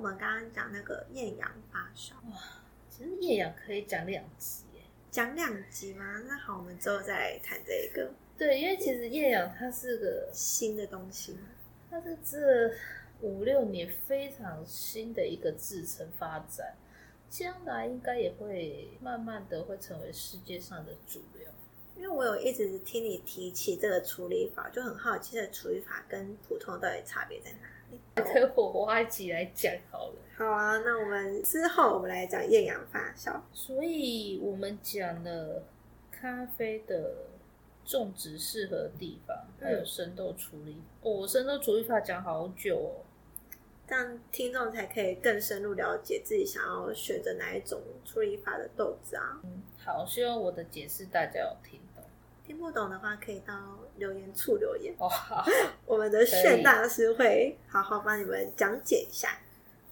们刚刚讲那个艳阳发烧，其实夜阳可以讲两集耶。讲两集吗？那好，我们之后再来谈这一个对，因为其实夜阳它是个，新的东西。它是这五六年非常新的一个制程发展，将来应该也会慢慢的会成为世界上的主流。因为我有一直听你提起这个处理法，就很好奇这个处理法跟普通到底差别在哪里。等我挖一集来讲好了。好啊，那我们之后我们来讲艳阳发烧。所以我们讲了咖啡的种植适合地方，还有生豆处理。哦，我生豆处理法讲好久哦。这样听众才可以更深入了解自己想要选择哪一种处理法的豆子啊。好，希望我的解释大家有听懂。听不懂的话，可以到留言处留言，哦，好。我们的炫大师会好好帮你们讲解一下。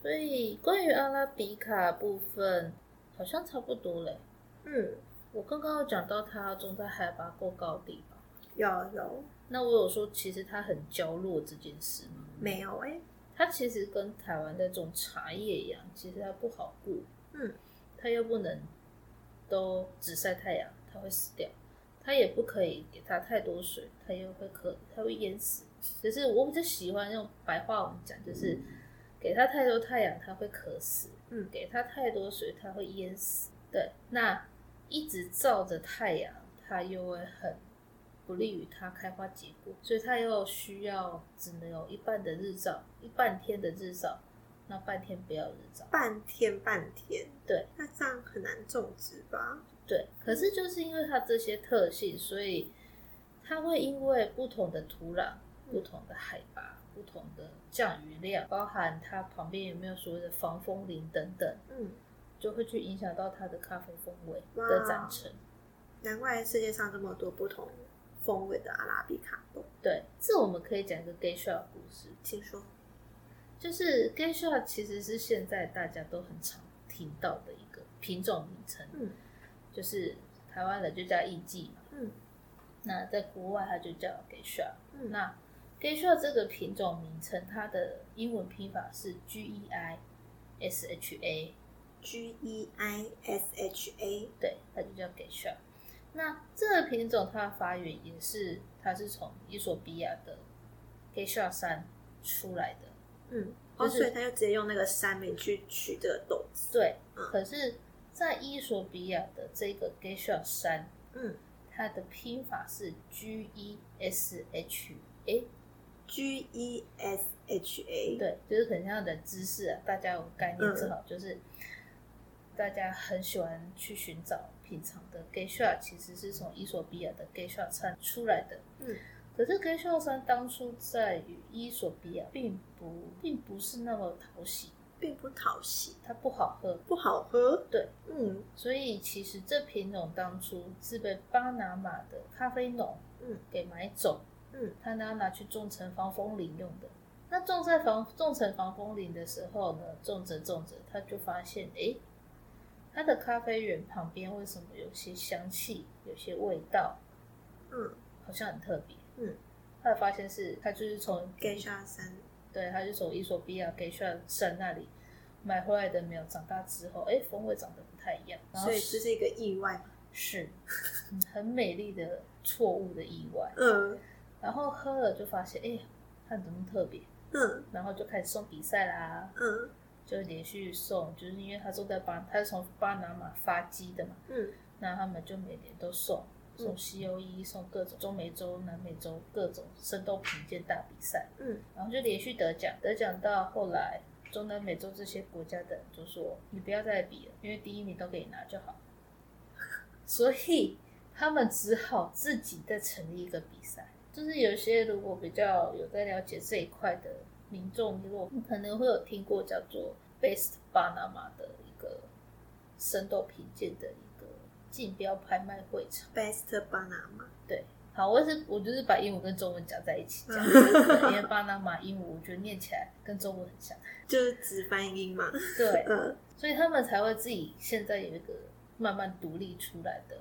所以关于阿拉比卡部分，好像差不多嘞。嗯，我刚刚有讲到它种在海拔够高的地方，有有那我有说其实它很娇弱这件事吗？没有哎、它其实跟台湾那种茶叶一样，其实它不好顾。嗯，它又不能都只晒太阳，它会死掉。它也不可以给它太多水，它又会渴，它会淹死。就是我比较喜欢用白话文讲，就是给它太多太阳，它会渴死；嗯给它太多水，它会淹死。对，那一直照着太阳，它又会很不利于它开花结果，所以它又需要只能有一半的日照，一半天的日照，那半天不要日照。半天半天，对，那这样很难种植吧？对，可是就是因为它这些特性，所以它会因为不同的土壤、不同的海拔、不同的降雨量，包含它旁边有没有所谓的防风林等等，嗯，就会去影响到它的咖啡风味哇的长成。难怪世界上这么多不同风味的阿拉比卡豆。对，这我们可以讲一个 gay shop 的故事，听说，就是 gay shop 其实是现在大家都很常听到的一个品种名称，嗯就是台湾的就叫艺妓嘛，嗯那在国外它就叫 gay shop。嗯，那 geisha 这个品种名称，它的英文拼法是 G E I S H A， G E I S H A，对，它就叫 geisha。那这个品种它的发源也是，它是从伊索比亚的 geisha 山出来的。嗯，就哦，是所以他就直接用那个山名去取这个豆子。对，嗯可是，在伊索比亚的这个 geisha 山，嗯它的拼法是 G E S H A， ，G E S H A，，对，就是很像的知识啊，大家有概念嗯之好，就是大家很喜欢去寻找品尝的 geisha，其实是从伊索比亚的 geisha 山出来的。嗯，可是 geisha 山当初在于伊索比亚并不并不是那么讨喜，并不讨喜，它不好喝，不好喝。对，嗯所以其实这品种当初是被巴拿马的咖啡农嗯给买走，嗯他呢拿去种成防风林用的。那种在防种成防风林的时候呢，种着种着，他就发现，诶，他的咖啡园旁边为什么有些香气，有些味道，嗯好像很特别。嗯，他的发现是，他就是从，Geisha 山，对，他就从伊索比亚给炫山那里买回来的没有，长大之后，诶，风味长得不太一样，然后所以这是一个意外嘛。是嗯很美丽的错误的意外。嗯然后喝了就发现，哎、它怎么特别？嗯然后就开始送比赛啦，嗯就连续送，就是因为他住在巴，他是从巴拿马发机的嘛，嗯那他们就每年都送，嗯送西欧一，送各种中美洲、南美洲各种生动品鉴大比赛，嗯，然后就连续得奖，得奖到后来。中南美洲这些国家的人就说：“你不要再比了，因为第一名都给你拿就好。”所以他们只好自己再成立一个比赛。就是有些如果比较有在了解这一块的民众，如果可能会有听过叫做 Best Banana 的一个生豆品鉴的一个竞标拍卖会场。 ，Best Banana，对，好，我是我就是把英文跟中文讲在一起讲，对因为巴拿马英文我觉得念起来跟中文很像，就是直翻音嘛。对，嗯所以他们才会自己现在有一个慢慢独立出来的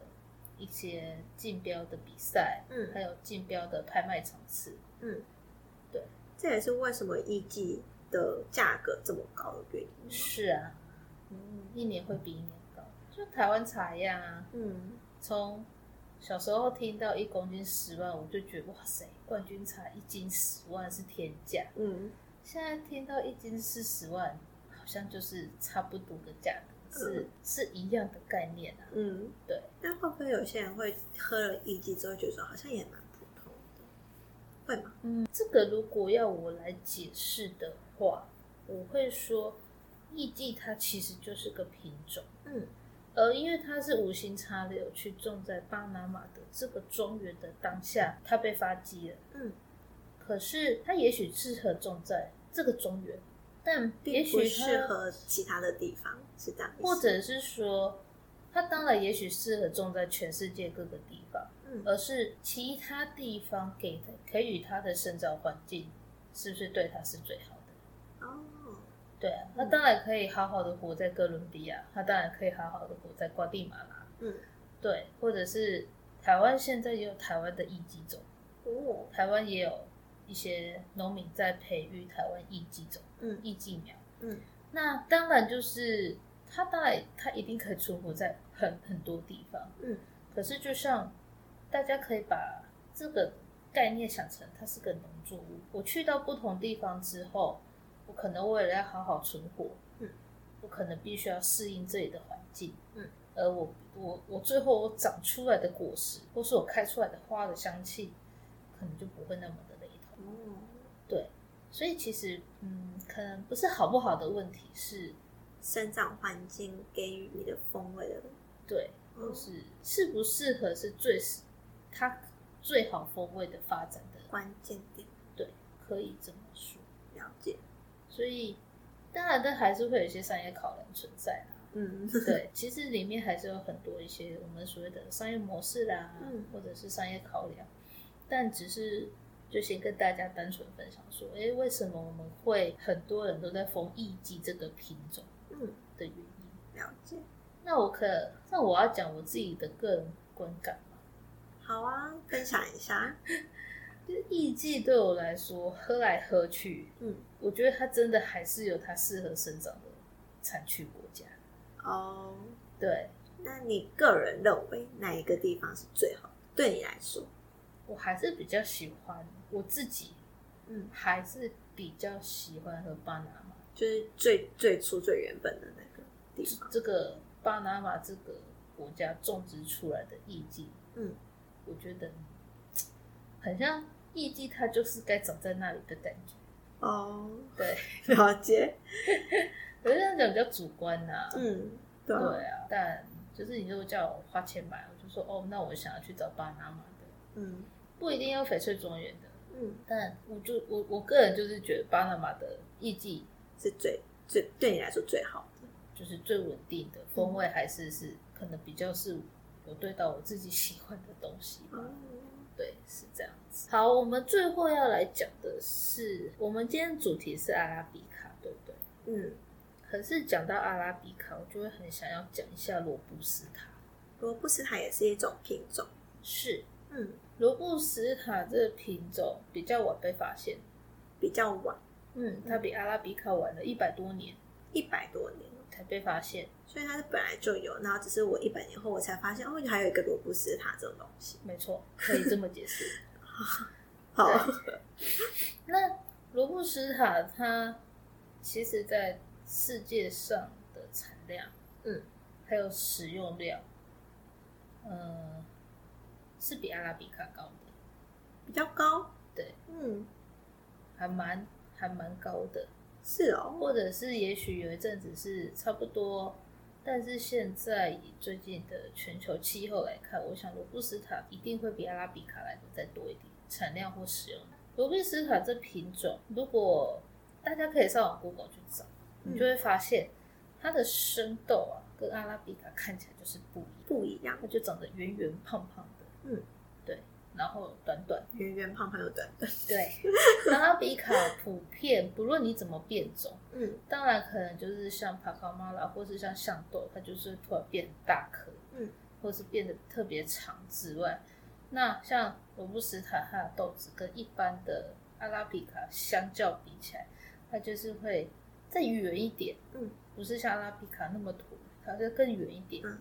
一些竞标的比赛，嗯还有竞标的拍卖场次，嗯，对，这也是为什么艺伎的价格这么高的原因吗？是啊，嗯一年会比一年高，就台湾茶一样啊。嗯，从小时候听到一公斤十万，我就觉得哇塞，冠军茶一斤十万是天价。嗯，现在听到一斤四十万，好像就是差不多的价格，是、是一样的概念啊。嗯，对。那会不会有些人会喝了一季之后觉得说好像也蛮普通的？会吗？嗯，这个如果要我来解释的话，我会说，艺妓它其实就是个品种，嗯呃，因为它是无心插柳去种在巴拿马的这个庄园的当下，它被发迹了。嗯，可是它也许适合种在这个庄园，但也并不许适它合其他的地方，是这样意思吗或者是说，它当然也许适合种在全世界各个地方，嗯而是其他地方给的给予它的生长环境，是不是对它是最好的？哦，对啊，它嗯当然可以好好的活在哥伦比亚，它当然可以好好的活在瓜地马拉，嗯，对，或者是台湾现在也有台湾的艺伎种，哦，台湾也有一些农民在培育台湾艺伎种嗯艺伎苗。嗯那当然就是它当然它一定可以存活在很很多地方，嗯，可是就像大家可以把这个概念想成它是个农作物，我去到不同地方之后，我可能为了要好好存活，嗯，我可能必须要适应这里的环境，嗯，而我我我最后我长出来的果实，或是我开出来的花的香气，可能就不会那么的雷同。哦，对，所以其实嗯，可能不是好不好的问题，是生长环境给予你的风味的，对，嗯就是适不适合是最适它最好风味的发展的，关键点，对，可以这么说。了解，所以当然，但还是会有一些商业考量存 在啦。嗯，对，其实里面还是有很多一些我们所谓的商业模式啦，嗯或者是商业考量，但只是就先跟大家单纯分享说，诶，为什么我们会很多人都在封艺妓这个品种嗯，的原因？了解，那我可那我要讲我自己的个人观感嘛，好啊，分享一下，就是艺妓对我来说，喝来喝去，嗯，我觉得它真的还是有它适合生长的产区国家，哦，对。那你个人认为哪一个地方是最好的？对你来说，我还是比较喜欢我自己，嗯，还是比较喜欢和巴拿马就是最最初最原本的那个地方，这个巴拿马这个国家种植出来的艺妓，嗯，我觉得嗯很像艺妓，它就是该长在那里的感觉。哦，对， 了解，可是这样讲比较主观呐、嗯，对啊，对啊，但就是你如果叫我花钱买，我就说哦，那我想要去找巴拿马的，嗯不一定要翡翠庄园的。嗯，但我就我我个人就是觉得巴拿马的艺妓是最最对你来说最好的，就是最稳定的风味，还是是可能比较是有对到我自己喜欢的东西吧。哦，对，是这样子。好，我们最后要来讲的是，我们今天主题是阿拉比卡，对不对？嗯，可是讲到阿拉比卡，我就会很想要讲一下罗布斯塔。罗布斯塔也是一种品种，是嗯，罗布斯塔这个品种比较晚被发现，比较晚，嗯，它比阿拉比卡晚了一百多年一百多年了，才被发现。所以它是本来就有，然后只是我一百年后我才发现，哦，还有一个罗布斯塔这种东西，没错，可以这么解释。 好，那罗布斯塔它其实在世界上的产量，嗯，还有使用量，呃，是比阿拉比卡高的，比较高，对，嗯，还蛮还蛮高的。是哦，或者是也许有一阵子是差不多，但是现在以最近的全球气候来看，我想罗布斯塔一定会比阿拉比卡来的再多一点产量或使用量。罗布斯塔这品种，如果大家可以上网 Google 去找，嗯你就会发现它的生豆啊，跟阿拉比卡看起来就是不一样，不一样，它就长得圆圆胖胖的，嗯，对，然后短短的，圆圆胖胖又短短，对，阿拉比卡普遍不论你怎么变种。嗯当然，可能就是像帕卡马拉，或是像象豆，它就是突然变大颗，嗯，或是变得特别长之外，那像罗布斯塔它的豆子跟一般的阿拉比卡相较比起来，它就是会再远一点，嗯，不是像拉皮卡那么土，它是更远一点，嗯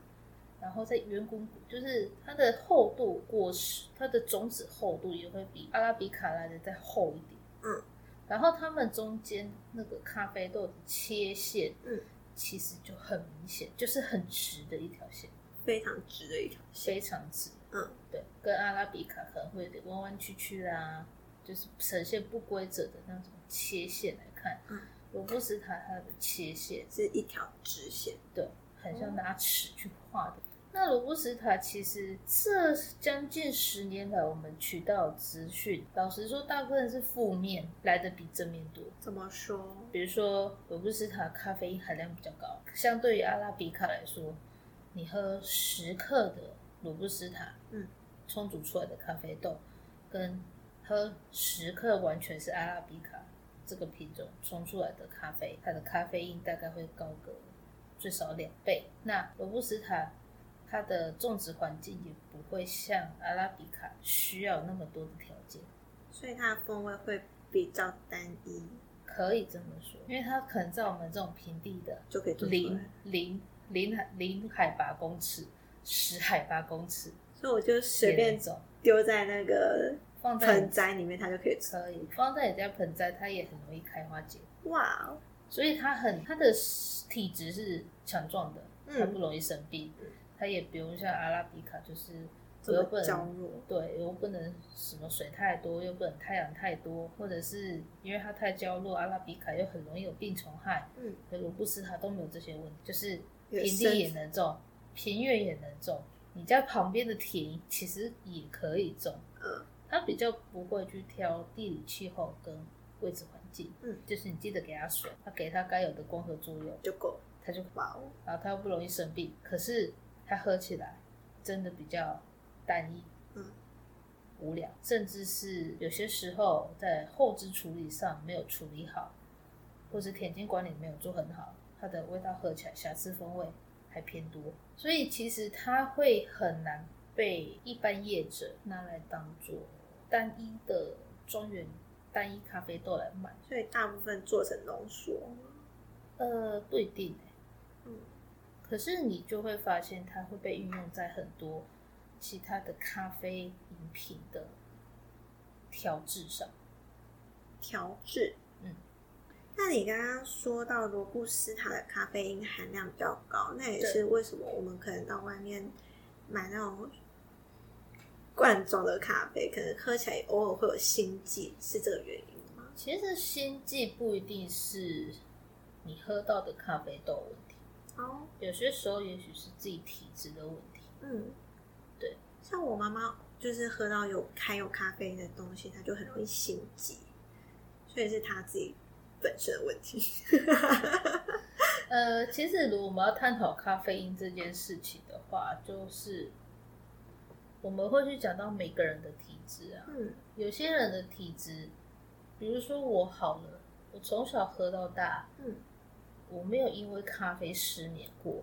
然后再圆滚滚，就是它的厚度果实，它的种子厚度也会比阿拉比卡来的再厚一点，嗯，然后它们中间那个咖啡豆的切线，嗯，其实就很明显，就是很直的一条线，非常直的一条线。非常直，嗯，对，跟阿拉比卡可能会有点弯弯曲曲啊，就是呈现不规则的那种切线来看，嗯，罗罗布斯塔它的切线，是一条直线。对，很像拿尺去画的。那罗布斯塔其实这将近十年来，我们渠道资讯，老实说，大部分是负面来的比正面多。怎么说？比如说，罗布斯塔咖啡因含量比较高，相对于阿拉比卡来说，你喝十克的罗布斯塔，嗯，冲煮出来的咖啡豆，跟喝十克完全是阿拉比卡这个品种冲出来的咖啡，它的咖啡因大概会高个最少两倍。那罗布斯塔它的种植环境也不会像阿拉比卡需要那么多的条件。所以它的风味会比较单一，可以这么说，因为它可能在我们这种平地的就可以做出零来。零零海零海拔公尺，十海拔公尺，所以我就随便走，丢在那个放在盆栽里面，它就可以吃。可以放在你家盆栽，它也很容易开花结果，哇哦，所以它很它的体质是强壮的，它嗯不容易生病，它也不用像阿拉比卡就是这我又不么娇能弱，对，又不能什么水太多，又不能太阳太多，或者是因为它太娇弱，阿拉比卡又很容易有病虫害，嗯，所以罗布斯塔都没有这些问题，就是有平生地也能种，平原也能种，你家旁边的田其实也可以种。嗯，它比较不会去挑地理气候跟位置环境，嗯，就是你记得给它水，它给它该有的光合作用，就够。它就哇哦，然后它又不容易生病，可是它喝起来真的比较单一，嗯，无聊，甚至是有些时候在后置处理上没有处理好，或是田间管理没有做很好，它的味道喝起来瑕疵风味还偏多，所以其实它会很难被一般业者拿来当做单一的庄园单一咖啡豆来卖，所以大部分做成浓缩，呃，不一定、欸嗯，可是你就会发现它会被运用在很多其他的咖啡饮品的调制上。调制。嗯，那你刚刚说到罗布斯塔的咖啡因含量比较高，那也对是为什么我们可能到外面买那种罐装的咖啡，可能喝起来偶尔会有心悸，是这个原因吗？其实心悸不一定是你喝到的咖啡豆问题，哦，有些时候也许是自己体质的问题。嗯，对。像我妈妈就是喝到有含有咖啡因的东西，她就很容易心悸，所以是她自己本身的问题。 呃，其实如果我们要探讨咖啡因这件事情的话，就是我们会去讲到每个人的体质啊，嗯有些人的体质，比如说我好了，我从小喝到大，嗯，我没有因为咖啡失眠过。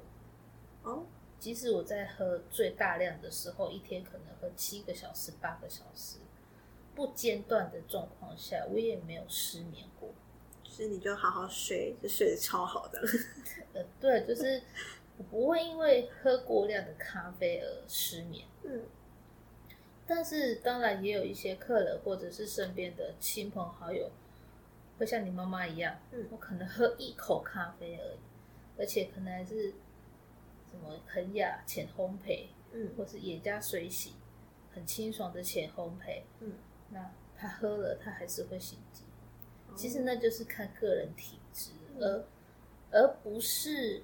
哦，即使我在喝最大量的时候，一天可能喝七个小时、八个小时，不间断的状况下，我也没有失眠过。就是你就好好睡，就睡得超好的。呃，对，就是我不会因为喝过量的咖啡而失眠。嗯但是当然也有一些客人或者是身边的亲朋好友，会像你妈妈一样，嗯我可能喝一口咖啡而已，而且可能还是什么肯雅浅烘焙，嗯或是野加水洗，很清爽的浅烘焙，嗯，那他喝了他还是会心悸。其实那就是看个人体质，而哦嗯而不是，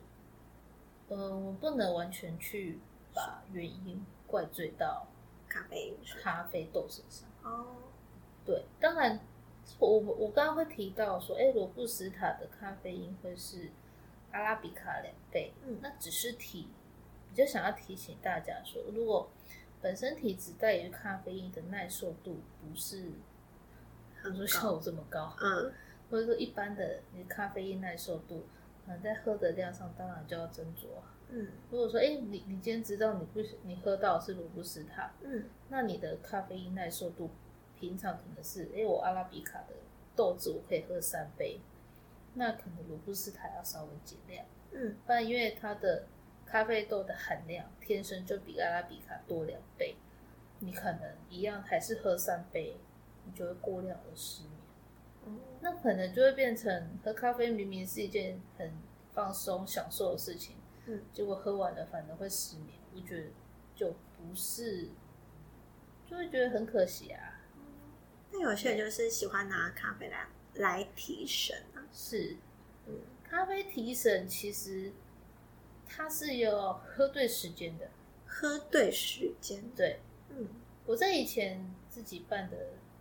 呃，我不能完全去把原因怪罪到咖啡因是咖啡豆身上。哦，对，当然，我我刚刚会提到说，哎，罗布斯塔的咖啡因会是阿拉比卡两倍，嗯那只是提，比较想要提醒大家说，如果本身体质对于咖啡因的耐受度不是，比如说像我这么高，嗯或者说一般的你咖啡因耐受度，可能在喝的量上当然就要斟酌啊。嗯如果说，哎，你你今天知道你不你喝到的是罗布斯塔，嗯那你的咖啡因耐受度，平常可能是，哎、我阿拉比卡的豆子我可以喝三杯，那可能罗布斯塔要稍微减量，嗯，不然因为它的咖啡豆的含量天生就比阿拉比卡多两倍，你可能一样还是喝三杯，你就会过量而失眠。嗯那可能就会变成喝咖啡明明是一件很放松享受的事情，嗯，结果喝完了反而会失眠，我觉得就不是，就会觉得很可惜啊。那有些人就是喜欢拿咖啡来来提神啊，是，嗯咖啡提神其实它是有喝对时间的，喝对时间，对，嗯我在以前自己办的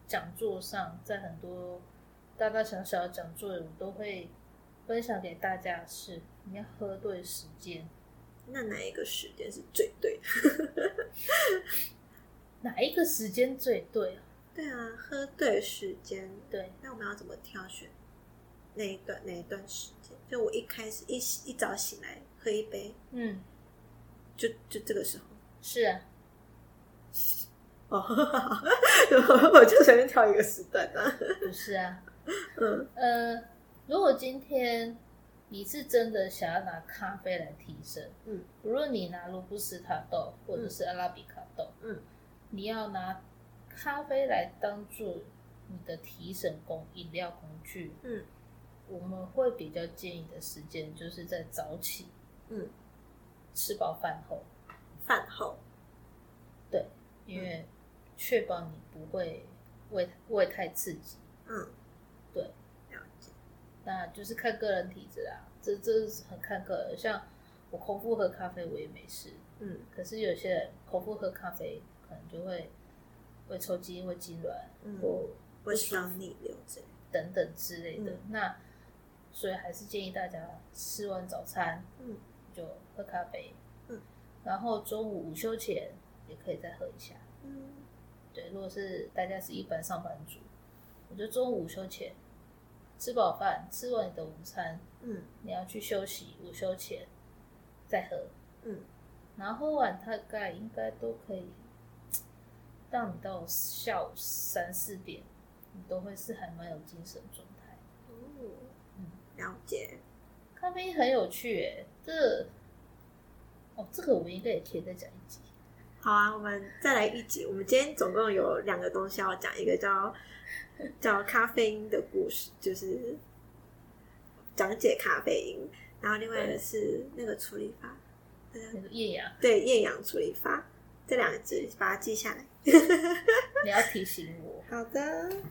讲座上，在很多大大小小的讲座，我都会分享给大家的是，你要喝对时间。那哪一个时间是最对的？哪一个时间最对啊？对啊，喝对时间。对，那我们要怎么挑选那一段那一段时间？就我一开始一一早醒来喝一杯，嗯，就就这个时候。是啊，哦， 我就随便挑一个时段啊。不是啊，嗯呃，如果今天你是真的想要拿咖啡来提升，嗯，不论你拿罗布斯塔豆或者是阿拉比卡豆，嗯，你要拿咖啡来当做你的提神工饮料工具，嗯我们会比较建议的时间就是在早起，嗯，吃饱饭后，饭后，对，嗯因为确保你不会胃胃太刺激，嗯，对，了解。那就是看个人体质啦，这这是很看个人。像我空腹喝咖啡我也没事，嗯可是有些人空腹喝咖啡可能就会会抽筋、会痉挛、嗯，或我想你留着。等等之类的。嗯那所以还是建议大家吃完早餐嗯就喝咖啡，嗯，然后中午午休前也可以再喝一下。嗯对，如果是大家是一般上班族，我觉得中午午休前吃饱饭，吃完你的午餐，嗯你要去休息，午休前再喝，嗯然后喝完大概应该都可以让你到下午三四点，你都会是还蛮有精神状态。哦嗯，了解。咖啡因很有趣诶、这哦，这个我们应该也可以再讲一集。好啊，我们再来一集。我们今天总共有两个东西要讲，一个叫 叫咖啡因的故事，就是讲解咖啡因，然后另外一个是那个处理法，大家那个啊叶阳，对厌氧处理法，这两集把它记下来。你要提醒我。好的，嗯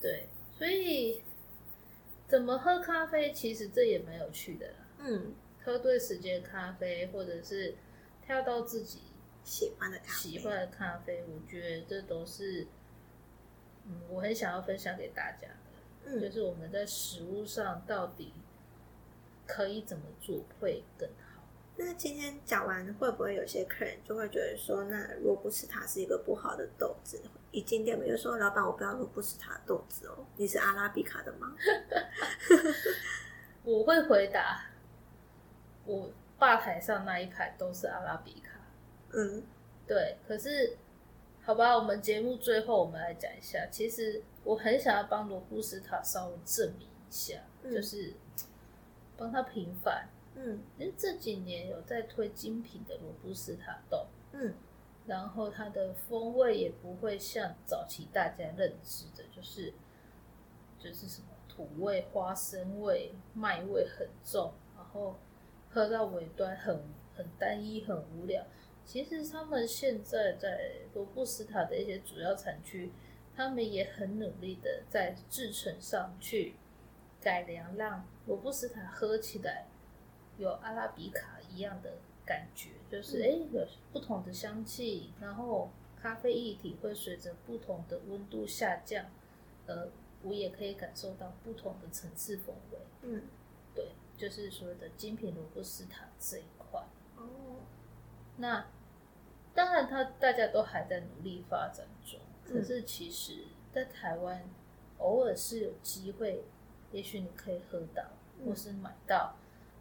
对，所以怎么喝咖啡，其实这也蛮有趣的啦。嗯，喝对时间咖啡，或者是跳到自己喜欢的咖啡，喜欢的咖啡，我觉得这都是，嗯，我很想要分享给大家的，就嗯是我们在食物上到底可以怎么做会更好。那今天讲完，会不会有些客人就会觉得说，那罗布斯塔是一个不好的豆子？一进店门就说，老板，我不要罗布斯塔豆子哦，你是阿拉比卡的吗？我会回答，我吧台上那一排都是阿拉比卡，嗯对，可是好吧，我们节目最后我们来讲一下，其实我很想要帮罗布斯塔稍微证明一下，嗯就是帮他平反。嗯因为这几年有在推精品的罗布斯塔豆，嗯然后它的风味也不会像早期大家认知的，就是就是什么土味、花生味、麦味很重，然后喝到尾端很很单一、很无聊。其实他们现在在罗布斯塔的一些主要产区，他们也很努力的在制成上去改良，让罗布斯塔喝起来有阿拉比卡一样的感觉，就是嗯诶有不同的香气，然后咖啡液体会随着不同的温度下降，呃，我也可以感受到不同的层次风味。嗯，对，就是所谓的精品罗布斯塔这一块。哦，那当然它，大家都还在努力发展中。嗯可是，其实，在台湾，偶尔是有机会，也许你可以喝到，嗯或是买到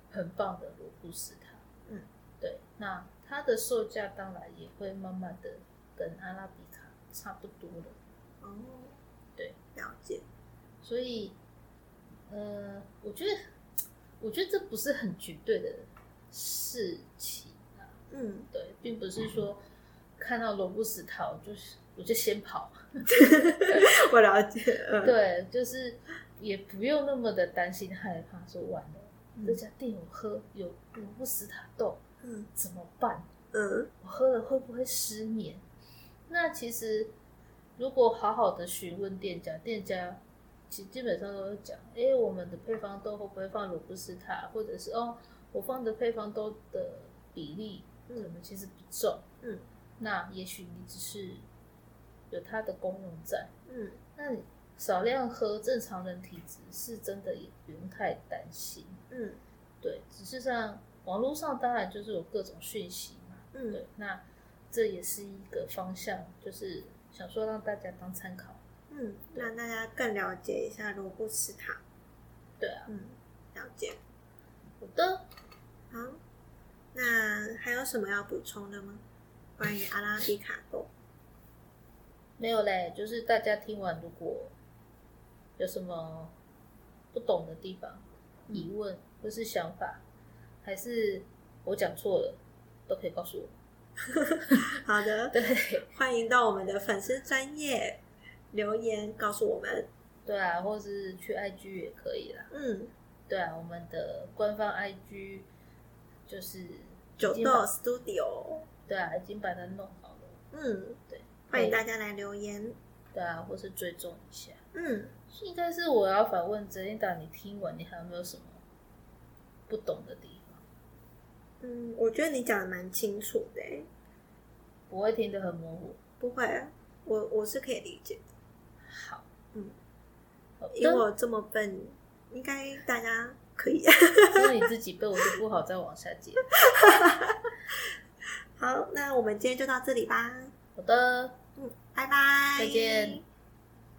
很棒的罗布斯塔。嗯，对。那它的售价当然也会慢慢的跟阿拉比卡差不多了。哦，对，了解，所以呃，我觉得，我觉得这不是很绝对的事情啊。嗯， 对，并不是说看到萝卜死逃就是我就先 跑，我了解，嗯，对，就是也不用那么的担心害怕，说完了、这嗯家店有喝有萝卜死塔豆嗯怎么办？嗯我喝了会不会失眠？那其实如果好好的询问店家，店家其基本上都会讲，哎、我们的配方豆会不会放鲁布斯塔，或者是哦，我放的配方豆的比例可嗯能其实不重，嗯，那也许你只是有它的功用在，嗯那你少量喝，正常人体质是真的也不用太担心，嗯对，只是像网络上当然就是有各种讯息嘛，嗯对，那这也是一个方向，就是想说让大家当参考。嗯，让大家更了解一下罗布斯塔，对啊，嗯，了解。好的，好，那还有什么要补充的吗？关于阿拉比卡豆？没有嘞，就是大家听完如果有什么不懂的地方、疑问或是想法，还是我讲错了，都可以告诉我。好的，对，欢迎到我们的粉丝专业留言告诉我们。对啊，或是去 IG 也可以啦。嗯，对啊，我们的官方 IG 就是九已经豆把 Studio，对啊，已经把它弄好了。嗯，对，欢迎大家来留言。对啊，或是追踪一下。嗯，应该是我要反问泽琳达，你听完你还有没有什么不懂的地方？嗯，我觉得你讲的蛮清楚的欸，不会听得很模糊。不会，啊我我是可以理解的，好，嗯，好因为的，我这么笨，应该大家可以。 只有你自己背，我就不好再往下接。好，那我们今天就到这里吧，好的，嗯，拜拜，再见。